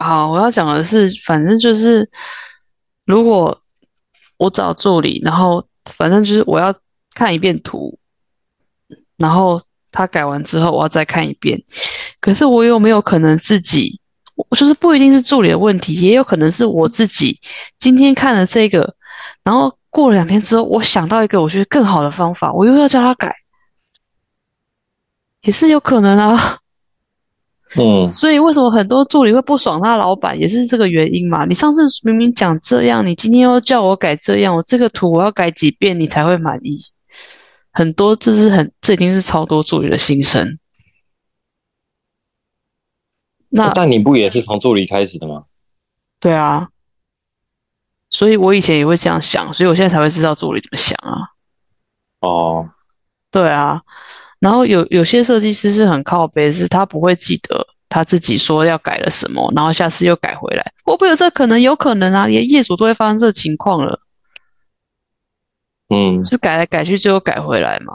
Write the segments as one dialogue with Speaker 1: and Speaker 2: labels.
Speaker 1: 好，我要讲的是，反正就是如果我找助理，然后反正就是我要看一遍图，然后他改完之后我要再看一遍。可是我有没有可能自己，我就是不一定是助理的问题，也有可能是我自己今天看了这个，然后过了两天之后，我想到一个我觉得更好的方法，我又要叫他改，也是有可能啊。
Speaker 2: 嗯，
Speaker 1: 所以为什么很多助理会不爽他老板，也是这个原因嘛？你上次明明讲这样，你今天又叫我改这样，我这个图我要改几遍你才会满意？很多这是很，这已经是超多助理的心声。那
Speaker 2: 但你不也是从助理开始的吗？
Speaker 1: 对啊，所以我以前也会这样想，所以我现在才会知道助理怎么想啊。
Speaker 2: 哦，
Speaker 1: 对啊，然后有有些设计师是很靠背，是他不会记得他自己说要改了什么，然后下次又改回来，会不会有这可能？有可能啊，连业主都会发生这情况了，
Speaker 2: 嗯，
Speaker 1: 就是改来改去，最后改回来嘛。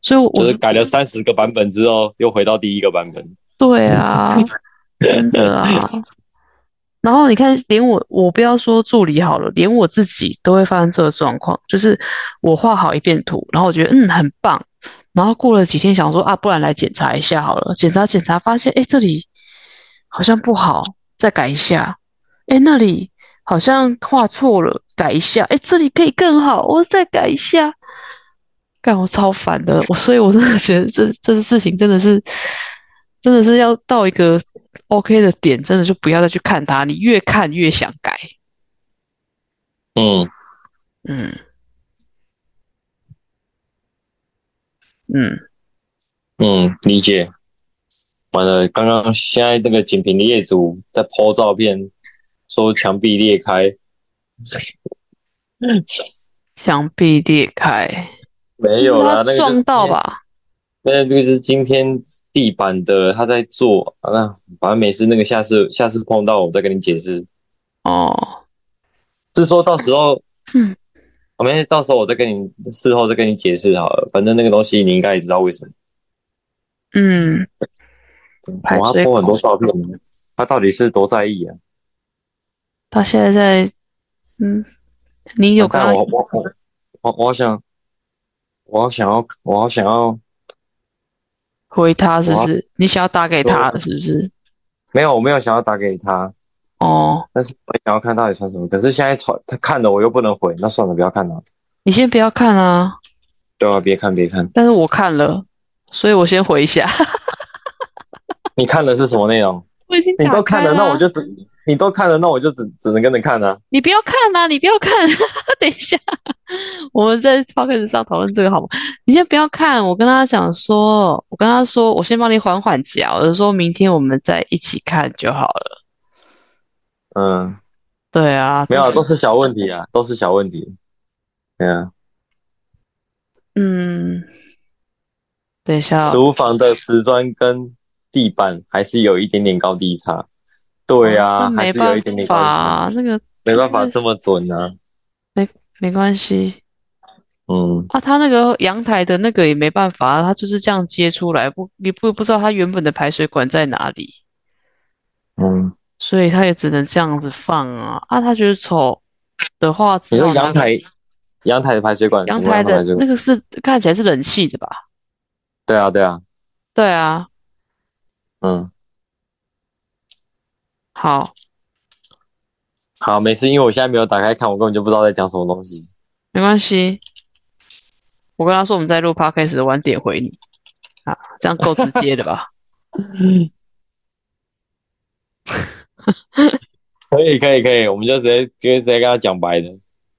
Speaker 1: 所以我，
Speaker 2: 就
Speaker 1: 我
Speaker 2: 是改了三十个版本之后，又回到第一个版本。
Speaker 1: 对啊，真的啊。然后你看，连我，我不要说助理好了，连我自己都会发生这个状况，就是我画好一遍图，然后我觉得嗯很棒，然后过了几天想说啊，不然来检查一下好了，检查检查发现，哎，这里好像不好，再改一下，哎，那里好像画错了，改一下，哎，这里可以更好，我再改一下，干我超烦的，我所以，我真的觉得这 这事情真的是，真的是要到一个 OK 的点，真的就不要再去看它，你越看越想改。
Speaker 2: 嗯，
Speaker 1: 嗯，嗯，
Speaker 2: 嗯，理解。完了，刚刚现在那个锦屏的业主在 po 照片，说墙壁裂开，
Speaker 1: 墙壁裂开，
Speaker 2: 没有
Speaker 1: 是
Speaker 2: 啦，那
Speaker 1: 他
Speaker 2: 个
Speaker 1: 撞到
Speaker 2: 吧？
Speaker 1: 吧？
Speaker 2: 那这个是今天地板的，他在做，啊那反正没事，那个下次下次碰到我再跟你解释。
Speaker 1: 哦，
Speaker 2: 是说到时候，
Speaker 1: 嗯，
Speaker 2: 我们到时候我再跟你事后再跟你解释好了，反正那个东西你应该也知道为什么。
Speaker 1: 嗯，排
Speaker 2: 我
Speaker 1: 水孔
Speaker 2: 要播很多照片，他到底是多在意啊？
Speaker 1: 他现在在，嗯，你有跟
Speaker 2: 但
Speaker 1: 他
Speaker 2: 我我我我我好想，我好想要，我好想要，
Speaker 1: 回他是不
Speaker 2: 我
Speaker 1: 是？你想要打给他了是不是？
Speaker 2: 没有，我没有想要打给他，
Speaker 1: 哦，
Speaker 2: 但是我想要看到底穿什么。可是现在穿他看了我又不能回，那算了，不要看了，
Speaker 1: 你先不要看啊，
Speaker 2: 对啊，别看别看，
Speaker 1: 但是我看了，所以我先回一下。
Speaker 2: 你看的是什么内容？
Speaker 1: 我已经
Speaker 2: 你
Speaker 1: 打
Speaker 2: 都
Speaker 1: 开啊
Speaker 2: 看了，那
Speaker 1: 啦
Speaker 2: 我就只你都看了，那我就只只能跟着看啊。
Speaker 1: 你不要看啊， 你不要看，等一下，我们在 p o d 上讨论这个好吗？你先不要看，我跟他讲说，我跟他说，我先帮你缓缓夹，啊我就说明天我们再一起看就好了。
Speaker 2: 嗯，
Speaker 1: 对啊，
Speaker 2: 没有啊，都是小问题啊，都是小问题。对啊，
Speaker 1: 嗯，等一下，
Speaker 2: 厨房的瓷砖跟地板还是有一点点高低差。对
Speaker 1: 哦那
Speaker 2: 啊，还
Speaker 1: 没
Speaker 2: 是有
Speaker 1: 办
Speaker 2: 一点点高低差，
Speaker 1: 法，那个
Speaker 2: 没办法这么准啊。
Speaker 1: 没关系
Speaker 2: 嗯，
Speaker 1: 啊，他那个阳台的那个也没办法，啊他就是这样接出来，不，你不不知道他原本的排水管在哪里，
Speaker 2: 嗯，
Speaker 1: 所以他也只能这样子放啊。啊，他觉得丑的话，只
Speaker 2: 你说
Speaker 1: 好拿
Speaker 2: 阳台，阳台的排水管，
Speaker 1: 阳
Speaker 2: 怎么
Speaker 1: 台
Speaker 2: 样
Speaker 1: 的
Speaker 2: 排水
Speaker 1: 那
Speaker 2: 管，
Speaker 1: 个是看起来是冷气的吧？
Speaker 2: 对啊，对啊，
Speaker 1: 对啊，
Speaker 2: 嗯，
Speaker 1: 好，
Speaker 2: 好，没事，因为我现在没有打开看，我根本就不知道在讲什么东西。
Speaker 1: 没关系。我跟他说我们在录 podcast，晚点回你啊，这样够直接的吧？
Speaker 2: 可以，可以，可以，我们就直接直接直接跟他讲白的。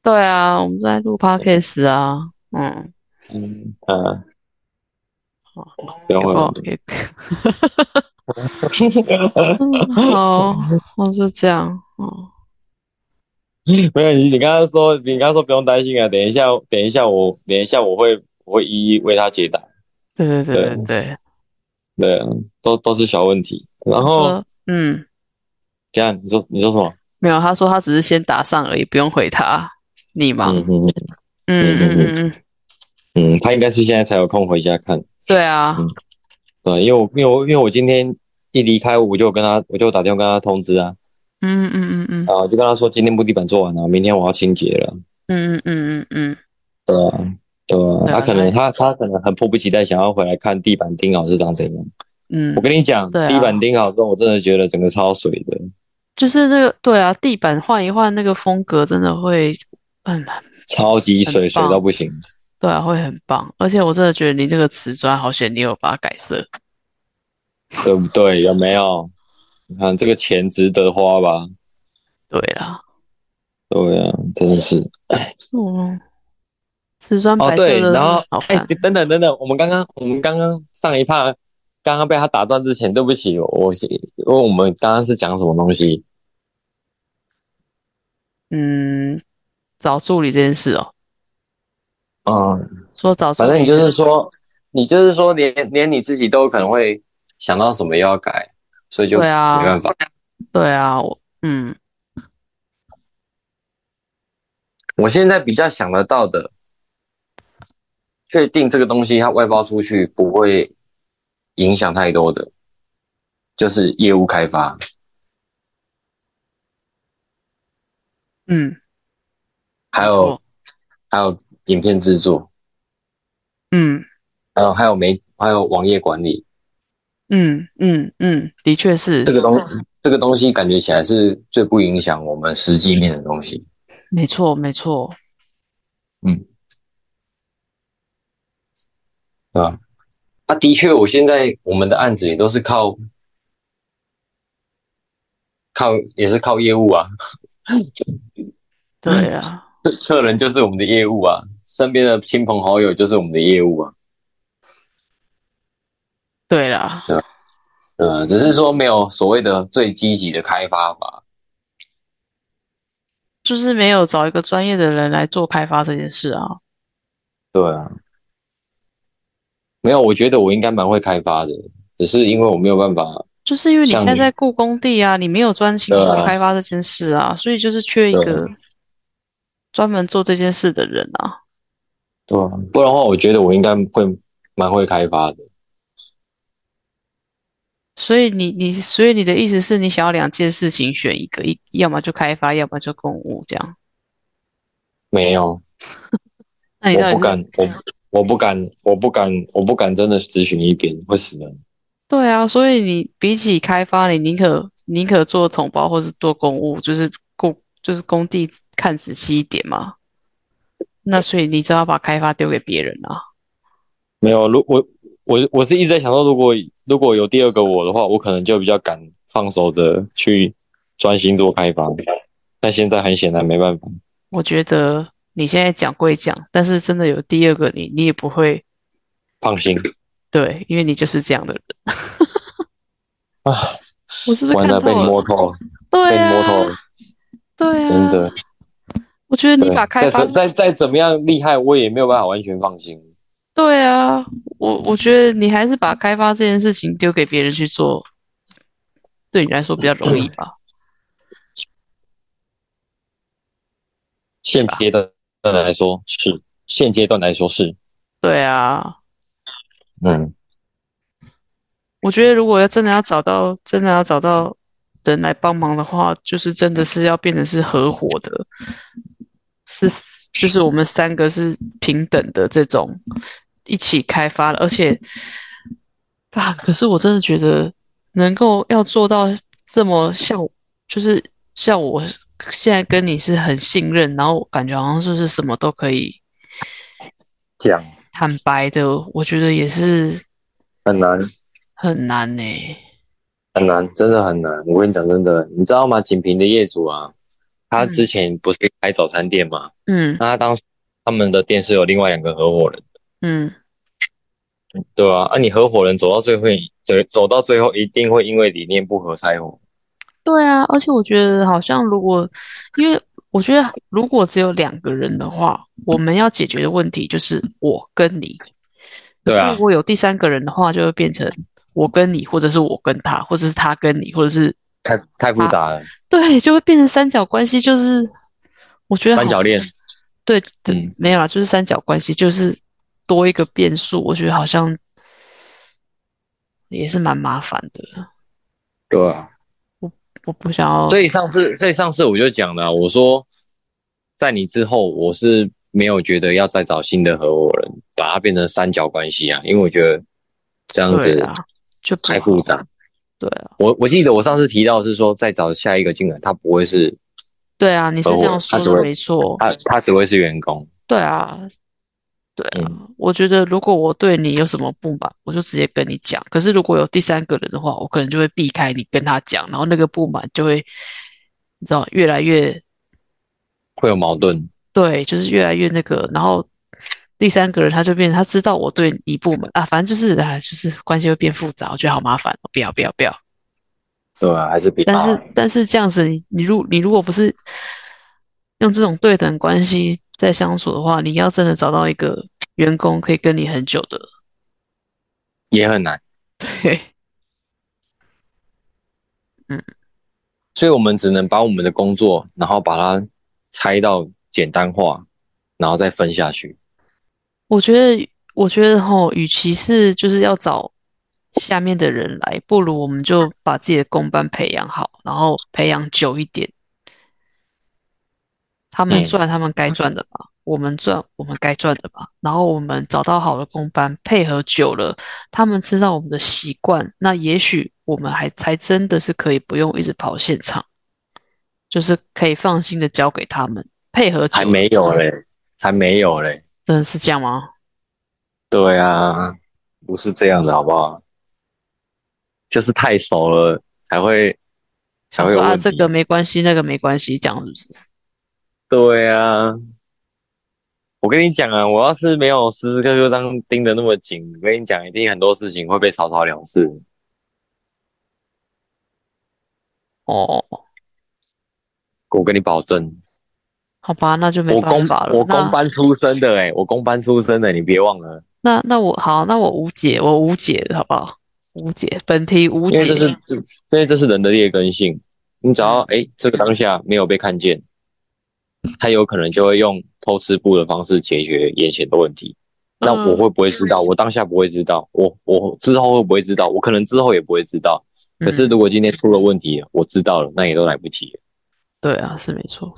Speaker 1: 对啊，我们在录 podcast 啊，嗯，
Speaker 2: 嗯，啊，不
Speaker 1: 给
Speaker 2: 用
Speaker 1: 我
Speaker 2: 问。
Speaker 1: 给， 好，我哦就这样，哦，
Speaker 2: 没有你，你刚刚说，你刚刚说不用担心啊，等一下，等一下我，等一下我会，我会一一为他解答。
Speaker 1: 对对对对
Speaker 2: 对
Speaker 1: 对，
Speaker 2: 对，啊都都是小问题。然后
Speaker 1: 说嗯，
Speaker 2: 这样，你说你说什么？
Speaker 1: 没有，他说他只是先打上而已，不用回他，你忙，
Speaker 2: 嗯
Speaker 1: 嗯
Speaker 2: 嗯
Speaker 1: 嗯嗯嗯嗯，
Speaker 2: 嗯，他应该是现在才有空回家看。
Speaker 1: 对啊，
Speaker 2: 嗯对，因为我因为我因为我今天一离开，我就有跟他我就有打电话跟他通知啊。
Speaker 1: 嗯嗯嗯嗯
Speaker 2: 啊，就跟他说今天木地板做完了，明天我要清洁了，
Speaker 1: 嗯嗯嗯嗯嗯，
Speaker 2: 对啊，对啊，
Speaker 1: 对啊
Speaker 2: 他可能
Speaker 1: 那
Speaker 2: 他他可能很迫不及待想要回来看地板钉好是长怎样。
Speaker 1: 嗯
Speaker 2: 我跟你讲，
Speaker 1: 对啊
Speaker 2: 地板钉好之后，我真的觉得整个超水的。
Speaker 1: 就是那个对啊，地板换一换，那个风格真的会，嗯，
Speaker 2: 超级水，
Speaker 1: 很
Speaker 2: 水
Speaker 1: 棒
Speaker 2: 到不行。
Speaker 1: 对啊，会很棒。而且我真的觉得你这个瓷砖好险，你有把它改色。
Speaker 2: 对不对？有没有？你看这个钱值得花吧？
Speaker 1: 对啦，
Speaker 2: 对啊，真的是。
Speaker 1: 嗯，瓷砖
Speaker 2: 哦，
Speaker 1: 白色
Speaker 2: 对，
Speaker 1: 的
Speaker 2: 然后
Speaker 1: 好
Speaker 2: 哎、
Speaker 1: 看，
Speaker 2: 等等等等，我们刚刚我们刚刚上一趴，刚刚被他打断之前，对不起，我是因为我们刚刚是讲什么东西？
Speaker 1: 嗯，找助理这件事哦，
Speaker 2: 嗯，
Speaker 1: 说找助
Speaker 2: 反正你
Speaker 1: 理，
Speaker 2: 就是说，你就是说连，连你自己都有可能会想到什么又要改，所以就没
Speaker 1: 对啊
Speaker 2: 办法。
Speaker 1: 对啊，我嗯，
Speaker 2: 我现在比较想得到的，确定这个东西它外包出去不会影响太多的，就是业务开发。
Speaker 1: 嗯，
Speaker 2: 还
Speaker 1: 没
Speaker 2: 有
Speaker 1: 错
Speaker 2: 还有影片制作，
Speaker 1: 嗯
Speaker 2: 还有还有媒还有网页管理，
Speaker 1: 嗯嗯嗯，的确是
Speaker 2: 这个东
Speaker 1: 嗯
Speaker 2: 这个东西感觉起来是最不影响我们实际面的东西。
Speaker 1: 没错没错，
Speaker 2: 啊，那的确，我现在我们的案子也都是靠靠也是靠业务啊，
Speaker 1: 对 啊，
Speaker 2: 客客人就是我们的业务啊，身边的亲朋好友就是我们的业务啊，
Speaker 1: 对啦，
Speaker 2: 呃，只是说没有所谓的最积极的开发吧。
Speaker 1: 就是没有找一个专业的人来做开发这件事啊，
Speaker 2: 对啊，没有，我觉得我应该蛮会开发的，只是因为我没有办法。
Speaker 1: 就是因为你
Speaker 2: 像
Speaker 1: 现在
Speaker 2: 你
Speaker 1: 在雇工地啊，你没有专心
Speaker 2: 对
Speaker 1: 做
Speaker 2: 啊
Speaker 1: 开发这件事啊，所以就是缺一
Speaker 2: 对啊
Speaker 1: 个专门做这件事的人啊。
Speaker 2: 对啊，不然的话，我觉得我应该会蛮会开发的。
Speaker 1: 所以你你所以你的意思是你想要两件事情选一个，一要么就开发，要么就公务这样。
Speaker 2: 没有，
Speaker 1: 那你到
Speaker 2: 我
Speaker 1: 底
Speaker 2: 不
Speaker 1: 是
Speaker 2: 敢，我我不敢，我不敢，我不敢真的只选一边，会死人。
Speaker 1: 对啊，所以你比起开发，你宁可宁可做统包或是做公务，就是工就是工地看仔细一点嘛。那所以你只好把开发丢给别人啊。
Speaker 2: 没有，如我我我是一直在想说，如果如果有第二个我的话，我可能就比较敢放手的去专心做开发。但现在很显然没办法，
Speaker 1: 我觉得你现在讲归讲，但是真的有第二个你，你也不会
Speaker 2: 胖心
Speaker 1: 对，因为你就是这样的人。
Speaker 2: 啊，
Speaker 1: 我是不是
Speaker 2: 完
Speaker 1: 看
Speaker 2: 了
Speaker 1: 透
Speaker 2: 被你
Speaker 1: 了？
Speaker 2: 摸透了，被
Speaker 1: 对
Speaker 2: 你摸透
Speaker 1: 啊
Speaker 2: 了，，
Speaker 1: 对
Speaker 2: 真
Speaker 1: 啊。
Speaker 2: 的。
Speaker 1: 我觉得你
Speaker 2: 对
Speaker 1: 把开
Speaker 2: 再
Speaker 1: 发
Speaker 2: 怎，再再怎么样厉害，我也没有办法完全放心。
Speaker 1: 对啊，我我觉得你还是把开发这件事情丢给别人去做，对你来说比较容易吧。
Speaker 2: 现阶段来说是，现阶段来说是，
Speaker 1: 对啊，
Speaker 2: 嗯，
Speaker 1: 我觉得如果要真的要找到，真的要找到人来帮忙的话，就是真的是要变成是合伙的，是就是我们三个是平等的这种一起开发的，而且啊，可是我真的觉得能够要做到这么像，就是像我现在跟你是很信任，然后我感觉好像就是什么都可以
Speaker 2: 讲
Speaker 1: 坦白的，我觉得也是
Speaker 2: 很难
Speaker 1: 很难呢、
Speaker 2: 很难，真的很难。我跟你讲，真的，你知道吗？锦屏的业主啊，他
Speaker 1: 嗯
Speaker 2: 之前不是开早餐店吗？
Speaker 1: 嗯
Speaker 2: 那他当时他们的店是有另外两个合伙人，
Speaker 1: 嗯。
Speaker 2: 对吧、啊？你合伙人走到最后一，走走到最后一定会因为理念不合拆伙。
Speaker 1: 对啊，而且我觉得好像如果，因为我觉得如果只有两个人的话，我们要解决的问题就是我跟你。
Speaker 2: 对
Speaker 1: 可
Speaker 2: 啊
Speaker 1: 是如果有第三个人的话，就会变成我跟你，或者是我跟他，或者是他跟你，或者是
Speaker 2: 太太复杂
Speaker 1: 啊
Speaker 2: 了，
Speaker 1: 对，就会变成三角关系，就是我觉得
Speaker 2: 三
Speaker 1: 好
Speaker 2: 角恋。
Speaker 1: 对对，哦
Speaker 2: 嗯
Speaker 1: 没有啦，就是三角关系，就是多一个变数，我觉得好像也是蛮麻烦的。
Speaker 2: 对啊，
Speaker 1: 我不想要。
Speaker 2: 所以上次，所以上次我就讲了，啊我说在你之后，我是没有觉得要再找新的合伙人，把它变成三角关系啊，因为我觉得这样
Speaker 1: 对啊
Speaker 2: 子
Speaker 1: 啦，就不
Speaker 2: 太复杂
Speaker 1: 好。对啊，
Speaker 2: 我我记得我上次提到是说，再找下一个进来，他不会是
Speaker 1: 对啊，你是
Speaker 2: 合
Speaker 1: 这样说
Speaker 2: 伙人他只
Speaker 1: 的，
Speaker 2: 会啊
Speaker 1: 没错。
Speaker 2: 他，他只会是员工。
Speaker 1: 对啊，对啊，我觉得如果我对你有什么不满，我就直接跟你讲。可是如果有第三个人的话，我可能就会避开你跟他讲，然后那个不满就会，你知道，越来越
Speaker 2: 会有矛盾，
Speaker 1: 对，就是越来越那个。然后第三个人他就变，他知道我对你不满啊，反正就是啊，就是关系会变复杂，我觉得好麻烦，哦不要不要不要。
Speaker 2: 对啊，还是比
Speaker 1: 但是但是这样子你，你如你如果不是用这种对等关系在相处的话，你要真的找到一个员工可以跟你很久的，
Speaker 2: 也很难，
Speaker 1: 对，
Speaker 2: 所以我们只能把我们的工作，然后把它拆到简单化，然后再分下去。
Speaker 1: 我觉得我觉得吼，与其是就是要找下面的人来，不如我们就把自己的公班培养好，然后培养久一点，他们
Speaker 2: 嗯
Speaker 1: 赚他们该赚的吧，我们赚我们该赚的吧。然后我们找到好的公班，配合久了，他们知道我们的习惯，那也许我们还才真的是可以不用一直跑现场，就是可以放心的交给他们配合久
Speaker 2: 还
Speaker 1: 了。
Speaker 2: 没有嘞，才没有嘞。
Speaker 1: 真的是这样吗？
Speaker 2: 对啊，不是这样的，好不好？就是太熟了才会才
Speaker 1: 想
Speaker 2: 会有
Speaker 1: 说啊，
Speaker 2: 问题。
Speaker 1: 这个没关系，那个没关系，这样是不是？
Speaker 2: 对啊，我跟你讲啊，我要是没有时时刻刻当盯得那么紧，我跟你讲，一定很多事情会被草草了事。
Speaker 1: 哦，
Speaker 2: 我跟你保证，
Speaker 1: 好吧，那就没
Speaker 2: 我
Speaker 1: 办
Speaker 2: 公
Speaker 1: 法了。
Speaker 2: 我公
Speaker 1: 那
Speaker 2: 班出身的哎、我公班出身的，你别忘了，
Speaker 1: 那那我好，那我无解，我无解了，好不好？无解，本题无
Speaker 2: 因为这
Speaker 1: 解。嗯
Speaker 2: 是这，因为这是人的劣根性。你只要哎、这个当下没有被看见，他有可能就会用偷吃布的方式解决眼前的问题。那
Speaker 1: 嗯
Speaker 2: 我会不会知道？我当下不会知道，我我之后会不会知道？我可能之后也不会知道。可是
Speaker 1: 嗯
Speaker 2: 如果今天出了问题，我知道了，那也都来不及了，
Speaker 1: 对啊，是没错。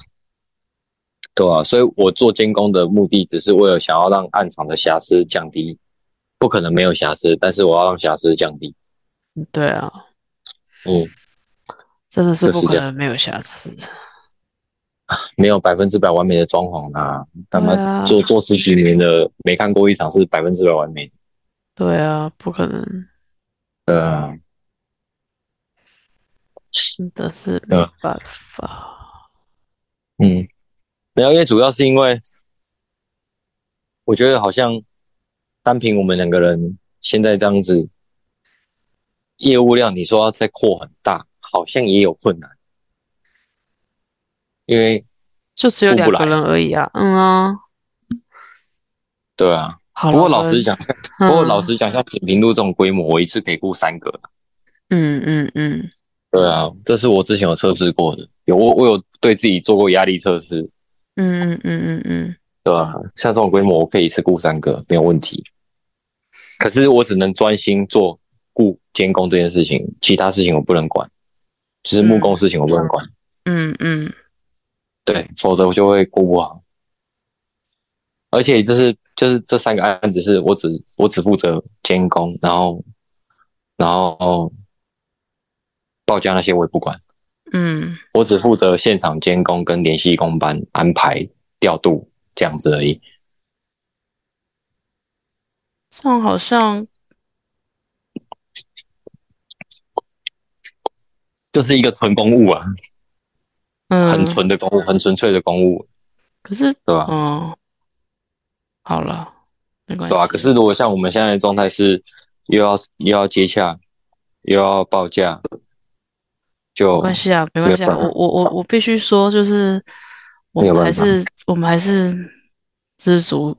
Speaker 2: 对啊，所以我做监工的目的只是为了想要让暗场的瑕疵降低，不可能没有瑕疵，但是我要让瑕疵降低。
Speaker 1: 嗯对啊，
Speaker 2: 嗯，
Speaker 1: 真的是
Speaker 2: 就是
Speaker 1: 不可
Speaker 2: 这样
Speaker 1: 能没有瑕疵。
Speaker 2: 没有百分之百完美的装潢啊，他
Speaker 1: 对啊
Speaker 2: 妈做做十几年的，没看过一场是百分之百完美的。
Speaker 1: 对啊，不可能，
Speaker 2: 对啊，
Speaker 1: 嗯真的是没
Speaker 2: 嗯
Speaker 1: 办法。
Speaker 2: 嗯，没有，因为主要是因为我觉得好像单凭我们两个人现在这样子，业务量你说要再扩很大，好像也有困难，因为
Speaker 1: 就只有
Speaker 2: 顾不
Speaker 1: 两个
Speaker 2: 来
Speaker 1: 人而已啊。嗯啊，
Speaker 2: 对啊，
Speaker 1: 好
Speaker 2: 不
Speaker 1: 了，
Speaker 2: 过老
Speaker 1: 我
Speaker 2: 实讲，不过老
Speaker 1: 嗯
Speaker 2: 实讲，像锦屏路这种规模，我一次可以雇三个，
Speaker 1: 嗯嗯嗯，
Speaker 2: 对啊，这是我之前有测试过的，有我我有对自己做过压力测试，
Speaker 1: 嗯嗯嗯嗯嗯，
Speaker 2: 对吧、像这种规模，我可以一次雇三个，没有问题。可是我只能专心做雇监工这件事情，其他事情我不能管，就是木工事情我不能管，
Speaker 1: 嗯嗯，
Speaker 2: 对，否则我就会顾不好。而且就是就是这三个案子是我只我只负责监工，然后然后报价那些我也不管。
Speaker 1: 嗯
Speaker 2: 我只负责现场监工跟联系工班安排调度这样子而已。
Speaker 1: 这样好像
Speaker 2: 就是一个纯公务啊，很
Speaker 1: 嗯，
Speaker 2: 纯的公务，很纯粹的公务，
Speaker 1: 可是
Speaker 2: 对吧？
Speaker 1: 嗯，好了，没关
Speaker 2: 对吧、啊
Speaker 1: 系。
Speaker 2: 可是如果像我们现在的状态是，又要又要接洽，又要报价，
Speaker 1: 没
Speaker 2: 就
Speaker 1: 关系啊，没关系啊。
Speaker 2: 哦没有办
Speaker 1: 我
Speaker 2: 法
Speaker 1: 我我我必须说，就是我
Speaker 2: 没有
Speaker 1: 们还
Speaker 2: 办法
Speaker 1: 是我们还是知足，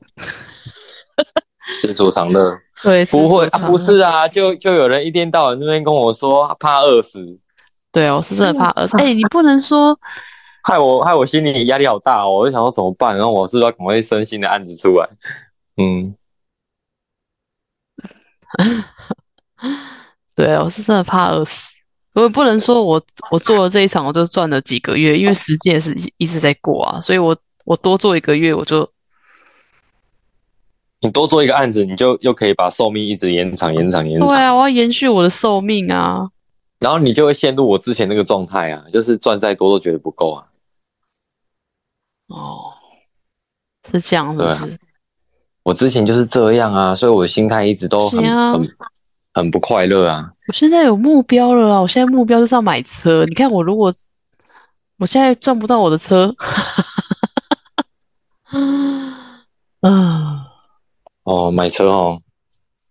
Speaker 2: 知足常乐。
Speaker 1: 对，知
Speaker 2: 不会
Speaker 1: 足
Speaker 2: 啊，
Speaker 1: 常
Speaker 2: 不
Speaker 1: 乐
Speaker 2: 是啊，就就有人一天到晚那边跟我说怕饿死，
Speaker 1: 对啊，我是真的怕饿
Speaker 2: 嗯
Speaker 1: 死。哎，你不能说
Speaker 2: 害我害我心里压力好大哦。我就想说怎么办，然后我是不是要赶快生新的案子出来？嗯，
Speaker 1: 对啊，我是真的怕饿死。我也不能说我我做了这一场我就赚了几个月，因为时间也是一一直在过啊，所以我我多做一个月我就
Speaker 2: 你多做一个案子，你就又可以把寿命一直延长、延长、延长。
Speaker 1: 对啊，我要延续我的寿命啊。
Speaker 2: 然后你就会陷入我之前那个状态啊，就是赚再多都觉得不够啊。
Speaker 1: 哦，是这样是
Speaker 2: 啊
Speaker 1: 不是？
Speaker 2: 我之前就是这样啊，所以我心态一直都很、
Speaker 1: 是啊
Speaker 2: 很很不快乐啊。
Speaker 1: 我现在有目标了啊，我现在目标就是要买车。你看我如果我现在赚不到我的车，啊，
Speaker 2: 哦，买车哦，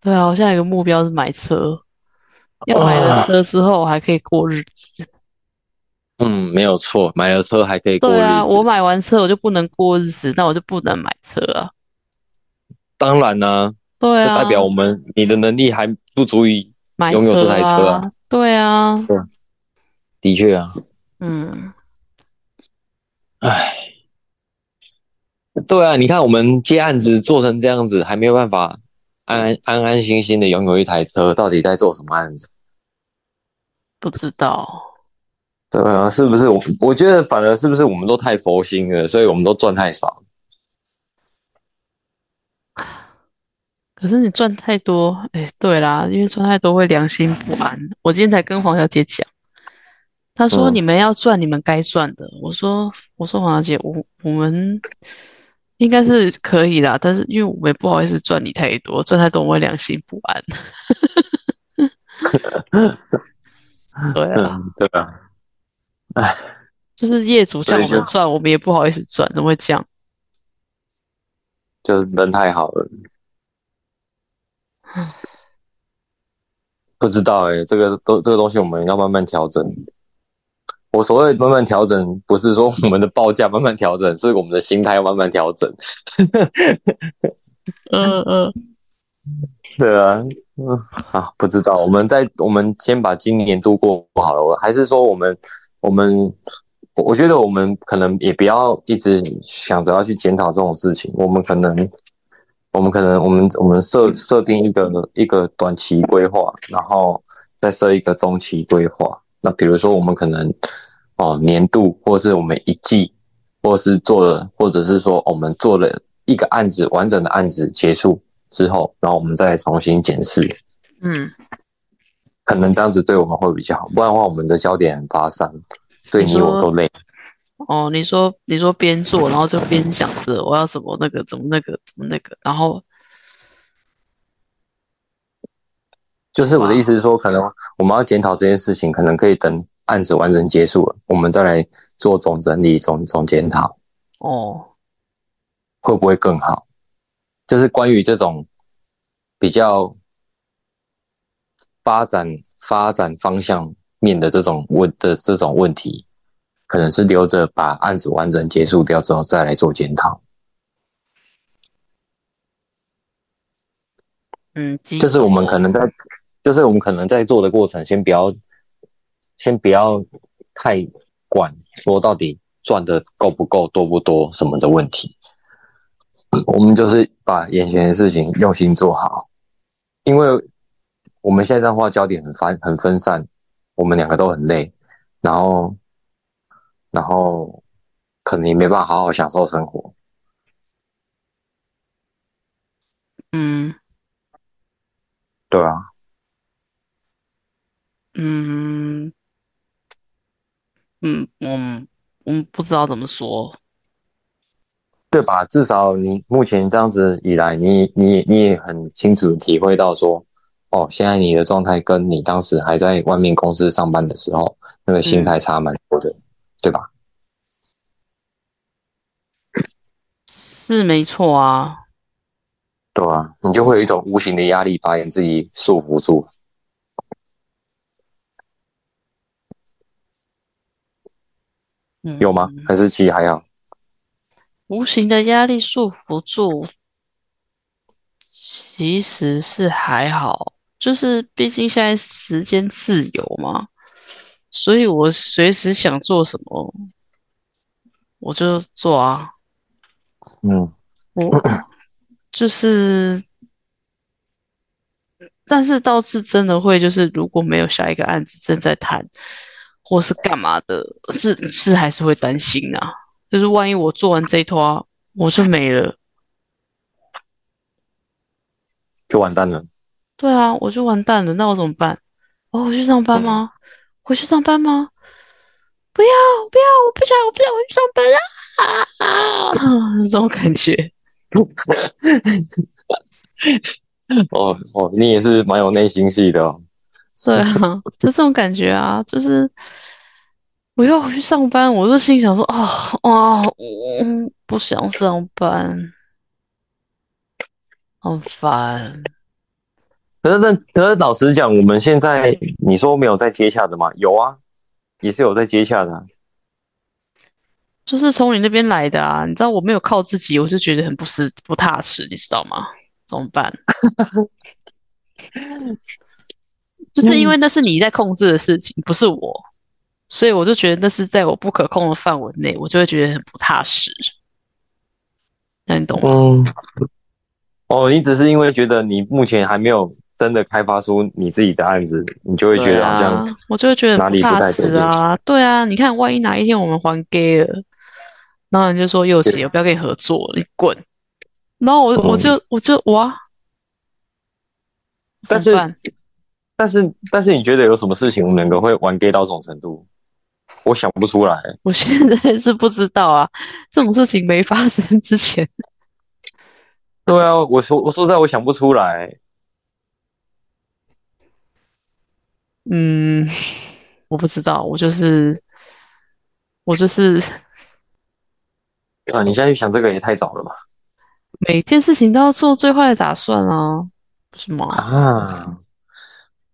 Speaker 1: 对啊，我现在有个目标是买车，要买了车之后我还可以过日子。
Speaker 2: 嗯，没有错，买了车还可以过日子。
Speaker 1: 对啊，我买完车我就不能过日子，那我就不能买车啊。
Speaker 2: 当然呢、
Speaker 1: 对
Speaker 2: 这
Speaker 1: 啊，
Speaker 2: 代表我们你的能力还不足以。
Speaker 1: 买
Speaker 2: 拥有这台车
Speaker 1: 啊
Speaker 2: 啊。
Speaker 1: 对啊，
Speaker 2: 的确啊，
Speaker 1: 嗯，
Speaker 2: 唉，对啊，你看我们接案子做成这样子，还没有办法安安安安心心的拥有一台车，到底在做什么案子？
Speaker 1: 不知道。
Speaker 2: 对啊，是不是我？我觉得反而是不是我们都太佛心了，所以我们都赚太少。
Speaker 1: 可是你赚太多，哎，对啦，因为赚太多会良心不安。我今天才跟黄小姐讲，她说
Speaker 2: 嗯
Speaker 1: 你们要赚你们该赚的。我说我说黄小姐，我我们应该是可以啦，但是因为我们也不好意思赚你太多，赚太多我会良心不 安。对啊，
Speaker 2: 嗯，对啊，
Speaker 1: 就是业主叫
Speaker 2: 所以
Speaker 1: 我们
Speaker 2: 就
Speaker 1: 赚，我们也不好意思赚，怎么会这样？
Speaker 2: 就是人太好了。不知道哎、欸，这个都这个东西我们要慢慢调整。我所谓慢慢调整，不是说我们的报价慢慢调整，是我们的心态要慢慢调整。
Speaker 1: 嗯嗯，
Speaker 2: 对啊，嗯，啊，不知道，我们在我们先把今年度过好了，我还是说我们我们，我我觉得我们可能也不要一直想着要去检讨这种事情，我们可能我们可能我们我们设设定一个一个短期规划，然后再设一个中期规划。那比如说我们可能哦年度，或是我们一季，或是做了，或者是说我们做了一个案子完整的案子结束之后，然后我们再重新检视，
Speaker 1: 嗯，
Speaker 2: 可能这样子对我们会比较好。不然的话，我们的焦点很发散，对
Speaker 1: 你
Speaker 2: 你
Speaker 1: 说
Speaker 2: 我都累。
Speaker 1: 哦，你说你说边做，然后就边想着我要怎么那个，怎么那个，怎么那个，然后
Speaker 2: 就是我的意思是说，可能我们要检讨这件事情，可能可以等案子完整结束了，我们再来做总整理、总总检讨。
Speaker 1: 哦，
Speaker 2: 会不会更好？就是关于这种比较发展发展方向面的这种问的这种问题，可能是留着把案子完整结束掉之后再来做检讨。
Speaker 1: 嗯，鸡
Speaker 2: 就是我们可能在，就是我们可能在做的过程，先不要，先不要太管说到底赚的够不够、多不多什么的问题。我们就是把眼前的事情用心做好，因为我们现在的话焦点很分很分散，我们两个都很累，然后，然后可能也没办法好好享受生活。
Speaker 1: 嗯
Speaker 2: 对啊，
Speaker 1: 嗯嗯，我们我们不知道怎么说，
Speaker 2: 对吧？至少你目前这样子以来，你你你也很清楚地体会到说，哦，现在你的状态跟你当时还在外面公司上班的时候，那个心态差蛮多的，对吧？
Speaker 1: 是没错啊，
Speaker 2: 对啊，你就会有一种无形的压力把你自己束缚住。
Speaker 1: 嗯，
Speaker 2: 有吗？还是其实还好？
Speaker 1: 无形的压力束缚住，其实是还好，就是毕竟现在时间自由嘛，所以我随时想做什么，我就做啊。
Speaker 2: 嗯，
Speaker 1: 我就是但是倒是真的会，就是如果没有下一个案子正在谈，或是干嘛的，是是还是会担心啊。就是万一我做完这一拖，啊我就没了，
Speaker 2: 就完蛋了。
Speaker 1: 对啊，我就完蛋了，那我怎么办？哦我回去上班吗？回去上班吗？不要不要，我不想我不想回去上班啊！啊 这种感觉，
Speaker 2: 哦哦，你也是蛮有内心戏的哦。
Speaker 1: 对啊，就这种感觉啊，就是我要回去上班，我就心想说，哦哦，嗯，不想上班，很烦。
Speaker 2: 可是但可是老实讲，我们现在你说没有在接洽的吗？有啊，也是有在接洽的啊、
Speaker 1: 就是从你那边来的啊，你知道我没有靠自己，我就觉得很不是不踏实，你知道吗？怎么办？ 就是因为那是你在控制的事情，不是我，所以我就觉得那是在我不可控的范围内，我就会觉得很不踏实。那你懂吗？
Speaker 2: 嗯，哦，你只是因为觉得你目前还没有真的开发出你自己的案子，你就会觉
Speaker 1: 对
Speaker 2: 得好像、
Speaker 1: 啊，我就会觉得
Speaker 2: 哪里不
Speaker 1: 踏
Speaker 2: 太对
Speaker 1: 实
Speaker 2: 劲
Speaker 1: 啊。对啊，你看，万一哪一天我们还 gay 了，然后你就说佑琪，
Speaker 2: 对
Speaker 1: 我不要跟你合作，你滚。然后我
Speaker 2: 嗯
Speaker 1: 我就我就哇，
Speaker 2: 但
Speaker 1: 怎么
Speaker 2: 是
Speaker 1: 办
Speaker 2: 但是但是你觉得有什么事情我们两个会玩 gay 到这种程度？我想不出来。
Speaker 1: 我现在是不知道啊，这种事情没发生之前，
Speaker 2: 对啊，我说我说实在我想不出来，
Speaker 1: 嗯，我不知道，我就是我就是
Speaker 2: 啊，你现在去想这个也太早了吧？
Speaker 1: 每件事情都要做最坏的打算啊，不是吗？
Speaker 2: 啊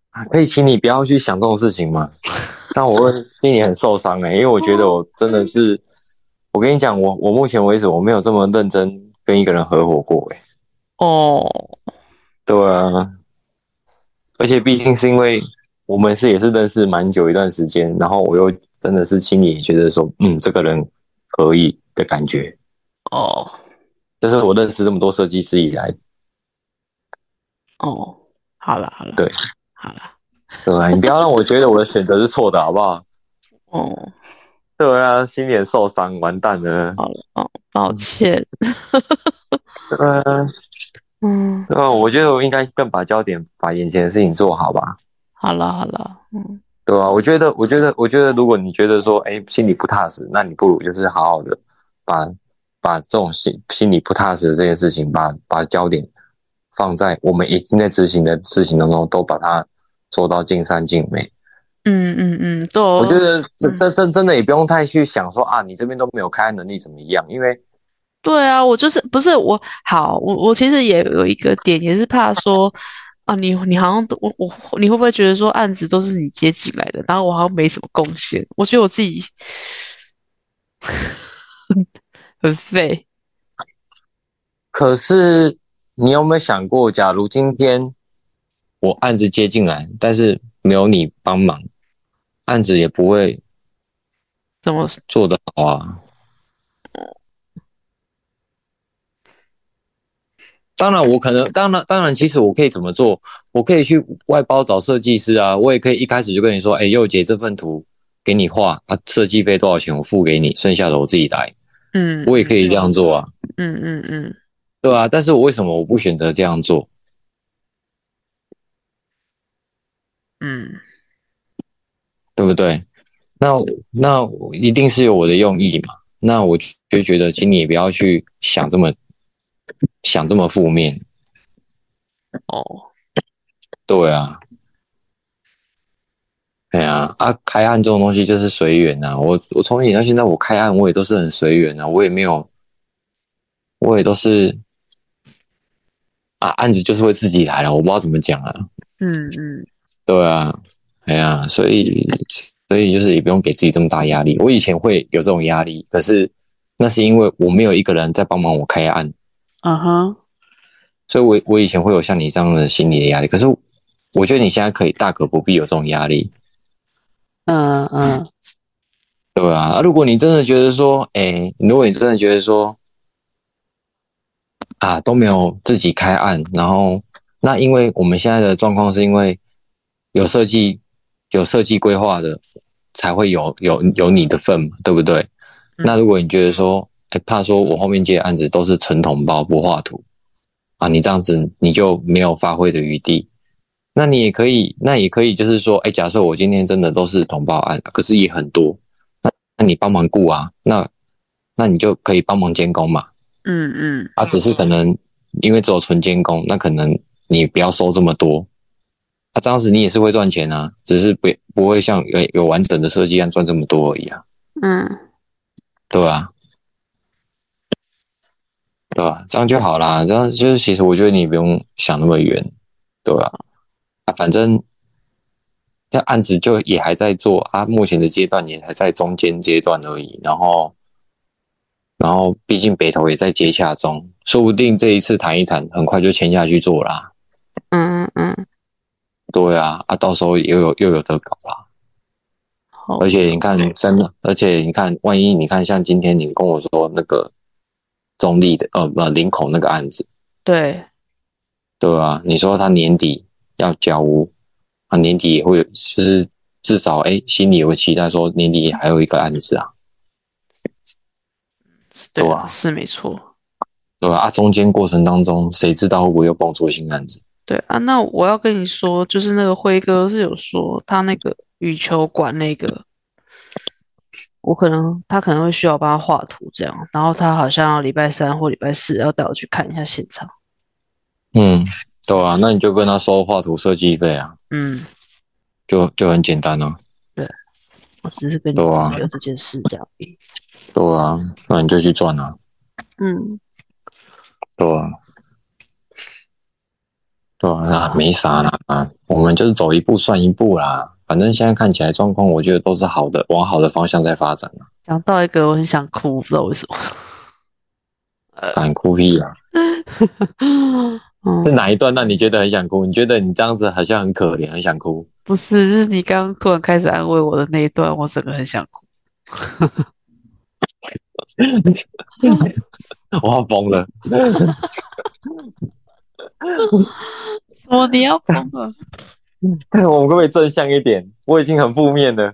Speaker 2: 啊，可以请你不要去想这种事情吗？这样我会心里很受伤哎、因为我觉得我真的是，我跟你讲，我我目前为止我没有这么认真跟一个人合伙过哎、
Speaker 1: 哦，
Speaker 2: 对啊，而且毕竟是因为我们是也是认识蛮久一段时间，然后我又真的是心里觉得说，嗯，这个人可以的感觉，
Speaker 1: 哦，
Speaker 2: 这是我认识这么多设计师以来，
Speaker 1: 哦，好了好了，
Speaker 2: 对，
Speaker 1: 好了，
Speaker 2: 对啊，你不要让我觉得我的选择是错的好不好？
Speaker 1: 哦，
Speaker 2: 对啊，心里很受伤，完蛋了。
Speaker 1: 好了，哦，抱歉，
Speaker 2: 对啊，
Speaker 1: 嗯，
Speaker 2: 对啊，我觉得我应该更把焦点把眼前的事情做好吧。
Speaker 1: 好了好了，嗯，
Speaker 2: 对啊，我觉得，我觉得，我觉得，如果你觉得说，哎，心里不踏实，那你不如就是好好的把把这种心心里不踏实的这件事情，把把焦点放在我们已经在执行的事情当中，都把它做到尽善尽美。
Speaker 1: 嗯嗯嗯，对哦，
Speaker 2: 我觉得这
Speaker 1: 嗯
Speaker 2: 这这真的也不用太去想说啊，你这边都没有开案能力怎么样，因为
Speaker 1: 对啊，我就是不是我好，我我其实也有一个点，也是怕说啊，你你好像都我我你会不会觉得说案子都是你接进来的，然后我好像没什么贡献？我觉得我自己很 废，
Speaker 2: 可是你有没有想过，假如今天我案子接进来，但是没有你帮忙，案子也不会
Speaker 1: 怎么
Speaker 2: 做得好啊。当然，我可能当然当然，其实我可以怎么做？我可以去外包找设计师啊，我也可以一开始就跟你说，哎、佑姐这份图给你画啊，设计费多少钱我付给你，剩下的我自己来，
Speaker 1: 嗯，
Speaker 2: 我也可以这样做啊，
Speaker 1: 嗯嗯嗯，
Speaker 2: 对啊，但是我为什么我不选择这样做？
Speaker 1: 嗯嗯
Speaker 2: 对不对？那那我一定是有我的用意嘛。那我就就觉得，请你也不要去想这么想这么负面。
Speaker 1: 哦，
Speaker 2: 对啊，对啊，啊，开案这种东西就是随缘呐、我我从以前到现在，我开案我也都是很随缘啊，我也没有，我也都是啊，案子就是会自己来了，我不知道怎么讲啊。
Speaker 1: 嗯嗯
Speaker 2: 对啊，哎呀，所以所以就是也不用给自己这么大压力。我以前会有这种压力，可是那是因为我没有一个人在帮忙我开案，
Speaker 1: 嗯哼，
Speaker 2: 所以我我以前会有像你这样的心理的压力。可是我觉得你现在可以大可不必有这种压力，
Speaker 3: 嗯嗯
Speaker 2: 对啊。啊，如果你真的觉得说，哎，如果你真的觉得说，啊都没有自己开案，然后那因为我们现在的状况是因为有设计、有设计规划的，才会有有有你的份嘛，对不对？
Speaker 1: 嗯
Speaker 2: 那如果你觉得说，哎、怕说我后面接的案子都是纯同包不画图啊，你这样子你就没有发挥的余地。那你也可以，那也可以，就是说，哎、假设我今天真的都是同胞案，可是也很多，那那你帮忙顾啊，那那你就可以帮忙监工嘛，
Speaker 1: 嗯嗯
Speaker 2: 啊，只是可能因为只有纯监工，那可能你不要收这么多。啊，这样子你也是会赚钱啊，只是不不会像有有完整的设计案赚这么多而已啊，
Speaker 1: 嗯，
Speaker 2: 对吧、对吧、这样就好啦。这样就是其实我觉得你不用想那么远，对吧、啊？反正这案子就也还在做啊，目前的阶段也还在中间阶段而已。然后，然后毕竟北投也在接洽中，说不定这一次谈一谈，很快就签下去做啦。
Speaker 1: 嗯嗯嗯，
Speaker 2: 对啊，啊，到时候又有又有得搞啦。
Speaker 1: 好，
Speaker 2: 而且你看，真的，而且你看，万一你看，像今天你跟我说那个中立的，呃，不，林口那个案子，
Speaker 1: 对，
Speaker 2: 对吧、你说他年底要交屋，啊，年底也会有，就是至少哎、心里有个期待，说年底还有一个案子啊，
Speaker 1: 是对
Speaker 2: 对
Speaker 1: 啊，
Speaker 2: 啊
Speaker 1: 是没错，
Speaker 2: 对吧、啊？中间过程当中，谁知道会不会又蹦出新案子？
Speaker 1: 对啊。那我要跟你说，就是那个辉哥是有说他那个羽球馆那个，我可能他可能会需要帮他画图这样，然后他好像礼拜三或礼拜四要带我去看一下现场。
Speaker 2: 嗯，对啊，那你就跟他收画图设计费啊，
Speaker 1: 嗯，
Speaker 2: 就就很简单啊，
Speaker 1: 我只是跟你
Speaker 2: 对啊
Speaker 1: 有这件事这样而已。
Speaker 2: 对啊，那你就去赚啊，
Speaker 1: 嗯，
Speaker 2: 对啊，对啊，那没啥啦，啊，我们就是走一步算一步啦。反正现在看起来状况，我觉得都是好的，往好的方向在发展啊。
Speaker 1: 讲到一个我很想哭，不知道为什么。
Speaker 2: 敢哭屁啊！
Speaker 1: 嗯
Speaker 2: 是，哪一段让你觉得很想哭？你觉得你这样子好像很可怜，很想哭？
Speaker 1: 不是，就是你刚刚突然开始安慰我的那一段，我整个很想哭。
Speaker 2: 我要疯了！
Speaker 1: 什么？你要疯了？
Speaker 2: 我们可不可以正向一点？我已经很负面了。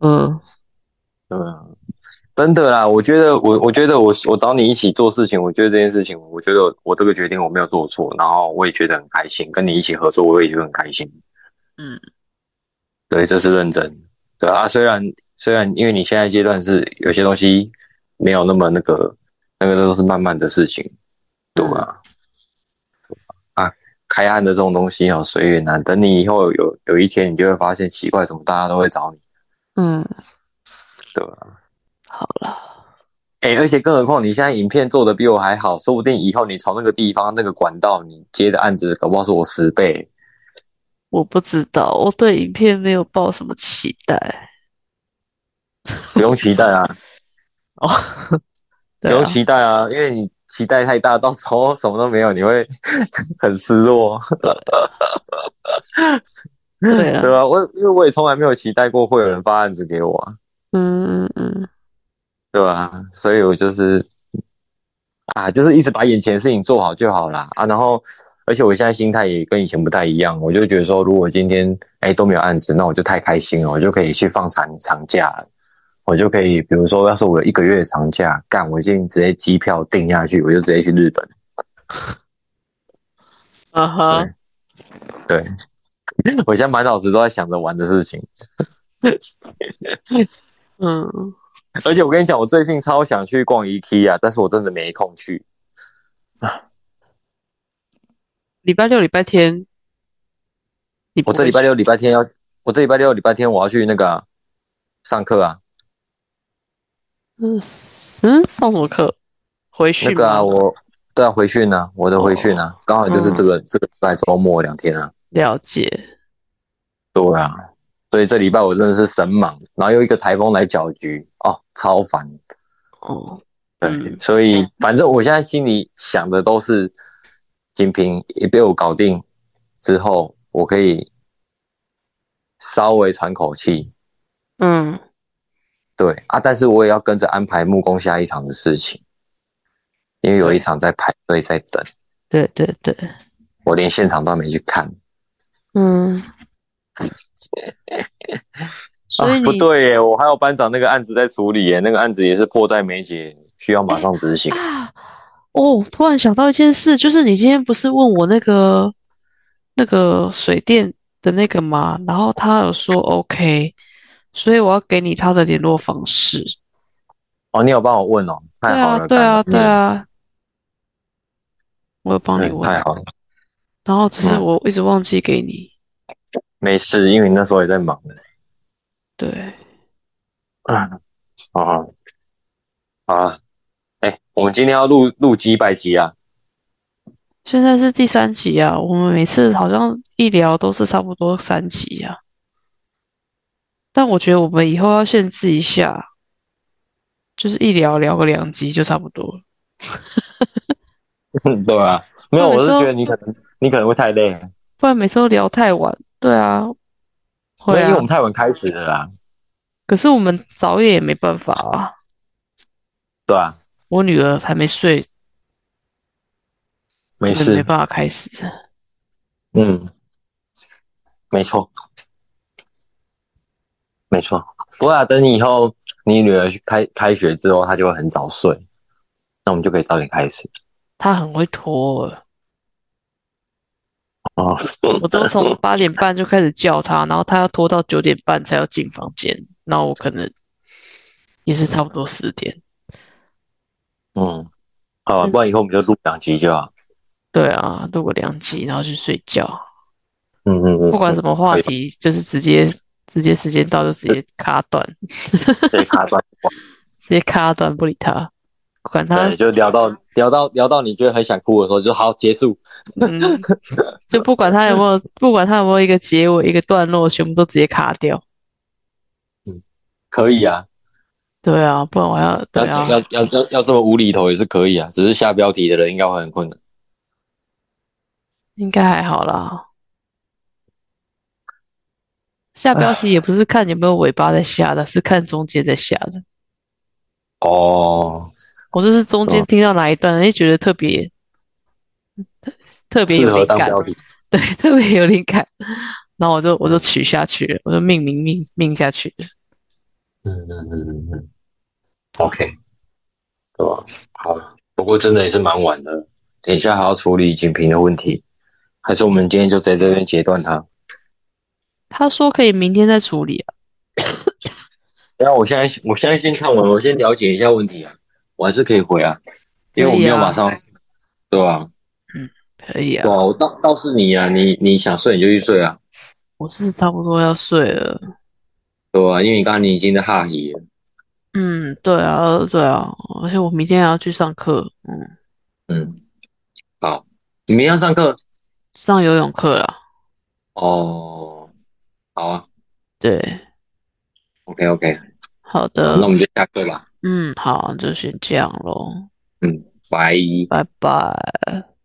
Speaker 1: 嗯，
Speaker 2: 对啊，真的啦，我觉得我，我觉得我，我找你一起做事情，我觉得这件事情，我觉得我这个决定我没有做错，然后我也觉得很开心，跟你一起合作，我也觉得很开心。
Speaker 1: 嗯，
Speaker 2: 对，这是认真。对啊，虽然虽然因为你现在阶段是有些东西没有那么那个，那个都是慢慢的事情，对吧、啊？开案的这种东西哦，随缘难。等你以后有有一天，你就会发现奇怪，怎么大家都会找你，
Speaker 1: 嗯，
Speaker 2: 对吧、
Speaker 1: 好了，
Speaker 2: 哎、而且更何况你现在影片做的比我还好，说不定以后你从那个地方那个管道你接的案子，搞不好是我十倍。
Speaker 1: 我不知道，我对影片没有抱什么期待。
Speaker 2: 不用期待啊，不
Speaker 1: 对
Speaker 2: 用
Speaker 1: 啊，
Speaker 2: 期待啊，因为你期待太大，到时候什么都没有，你会 很失落。
Speaker 1: 对啊
Speaker 2: 对，啊，我因为我也从来没有期待过会有人发案子给我啊，
Speaker 1: 嗯嗯嗯，
Speaker 2: 对啊，所以我就是啊，就是一直把眼前的事情做好就好啦啊。然后，而且我现在心态也跟以前不太一样，我就觉得说，如果今天哎、都没有案子，那我就太开心了，我就可以去放长长假了，我就可以，比如说，要是我有一个月的长假，干，我已经直接机票订下去，我就直接去日本。
Speaker 1: 啊哈，
Speaker 2: 对，我现在满脑子都在想着玩的事情。
Speaker 1: 嗯，
Speaker 2: 而且我跟你讲，我最近超想去逛 IKEA，但是我真的没空去。
Speaker 1: 礼拜六、礼拜天，你不
Speaker 2: 我这
Speaker 1: 会
Speaker 2: 礼拜
Speaker 1: 去
Speaker 2: 六、礼拜天要，我这礼拜六、礼拜天我要去那个啊、上课啊，
Speaker 1: 嗯嗯上什么课？回去
Speaker 2: 那个啊，
Speaker 1: 吗
Speaker 2: 我都要回训啊，我的回训啊，刚好就是这个、这个礼拜周末两天啊。
Speaker 1: 了解，
Speaker 2: 对啊，所以这礼拜我真的是神忙，然后又一个台风来搅局，哦，超烦。
Speaker 1: 哦，
Speaker 2: 对，
Speaker 1: 嗯
Speaker 2: 所以反正我现在心里想的都是，锦屏也被我搞定之后，我可以稍微喘口气。
Speaker 1: 嗯
Speaker 2: 对啊，但是我也要跟着安排木工下一场的事情。因为有一场在排队在等，
Speaker 1: 对对对，
Speaker 2: 我连现场都还没去看。
Speaker 1: 嗯，所以
Speaker 2: 啊、
Speaker 1: 你、
Speaker 2: 不对耶，我还有班长那个案子在处理耶，那个案子也是迫在眉睫，需要马上执行。
Speaker 1: 啊，哦，突然想到一件事，就是你今天不是问我那个那个水电的那个吗？然后他有说 OK，所以我要给你他的联络方式。
Speaker 2: 哦，你有帮我问哦，
Speaker 1: 对
Speaker 2: 太好了，
Speaker 1: 啊，对啊，
Speaker 2: 感
Speaker 1: 对
Speaker 2: 恩，
Speaker 1: 啊，我有帮你
Speaker 2: 嗯
Speaker 1: 问，
Speaker 2: 太好了，
Speaker 1: 然后只是
Speaker 2: 嗯
Speaker 1: 我一直忘记给你。
Speaker 2: 没事，因为你那时候也在忙呢。
Speaker 1: 对，
Speaker 2: 嗯， 好好，好啊，哎、我们今天要录录几百集啊？
Speaker 1: 现在是第三集啊，我们每次好像一聊都是差不多三集啊。但我觉得我们以后要限制一下，就是一聊聊个两集就差不多了。
Speaker 2: 对啊，没有，
Speaker 1: 那
Speaker 2: 我
Speaker 1: 每
Speaker 2: 是
Speaker 1: 次
Speaker 2: 觉得你可能你可能会太累，
Speaker 1: 不然每次都聊太晚。对啊，
Speaker 2: 因
Speaker 1: 会
Speaker 2: 为因为
Speaker 1: 啊
Speaker 2: 我们。太晚开始了啦，
Speaker 1: 可是我们早一点也没办法啊。
Speaker 2: 对啊，
Speaker 1: 我女儿还没睡，
Speaker 2: 没
Speaker 1: 根本没
Speaker 2: 事，
Speaker 1: 办法开始。
Speaker 2: 嗯，没错，没错。不过啊，等你以后你女儿去开开学之后，她就会很早睡，那我们就可以早点开始。
Speaker 1: 她很会拖儿，
Speaker 2: 哦，
Speaker 1: 我都 从八点半就开始叫她，然后她要拖到九点半才要进房间，那我可能也是差不多十点。
Speaker 2: 嗯，好啊，
Speaker 1: 嗯
Speaker 2: 不然以后我们就录两集就好。
Speaker 1: 对啊，录个两集，然后去睡觉。
Speaker 2: 嗯嗯嗯，
Speaker 1: 不管什么话
Speaker 2: 可以
Speaker 1: 题，就是直接直接时间到就直接卡断，
Speaker 2: 对，卡 断。
Speaker 1: 直接卡断不理他，管他
Speaker 2: 对，，就聊到聊到聊到你觉得很想哭的时候，就好结束。
Speaker 1: 嗯，就不管他有没有，不管他有没有一个结尾一个段落，全部都直接卡掉。
Speaker 2: 可以啊，
Speaker 1: 对啊，不然我要对
Speaker 2: 要
Speaker 1: 啊，
Speaker 2: 要要要要这么无厘头也是可以啊，只是下标题的人应该会很困难。
Speaker 1: 应该还好啦。下标题也不是看有没有尾巴在下的，是看中间在下的。
Speaker 2: 哦，
Speaker 1: 我就是中间
Speaker 2: 哦
Speaker 1: 听到哪一段，哎，觉得特别特别
Speaker 2: 哦适
Speaker 1: 有
Speaker 2: 合
Speaker 1: 灵
Speaker 2: 当
Speaker 1: 感，
Speaker 2: 标题。
Speaker 1: 对，特别有灵感。然后我就我就取下去了，我就命名命命下去了。
Speaker 2: 嗯嗯嗯嗯嗯，OK，对吧？好了，不过真的也是蛮晚的，等一下还要处理锦屏的问题，还是我们今天就在这边截断它？
Speaker 1: 他说可以明天再处理啊。
Speaker 2: 然后我现在我现在先看完，我先了解一下问题啊，我还是可以回啊，因为我没有马上，对吧、
Speaker 1: 可以啊
Speaker 2: 对，啊，我倒倒是你啊，你你想睡你就去睡啊，
Speaker 1: 我是差不多要睡了。
Speaker 2: 对吧、因为你刚刚你已经在哈伊了，
Speaker 1: 嗯，对啊，对啊，而且我明天还要去上课，嗯，
Speaker 2: 嗯，好，你明天要上课
Speaker 1: 上游泳课啦。
Speaker 2: 哦，好啊
Speaker 1: 对，
Speaker 2: ，OK OK，
Speaker 1: 嗯好
Speaker 2: 那我
Speaker 1: 的，
Speaker 2: 们就下课吧，
Speaker 1: 嗯，好，就先这样喽，
Speaker 2: 拜。
Speaker 1: 拜拜。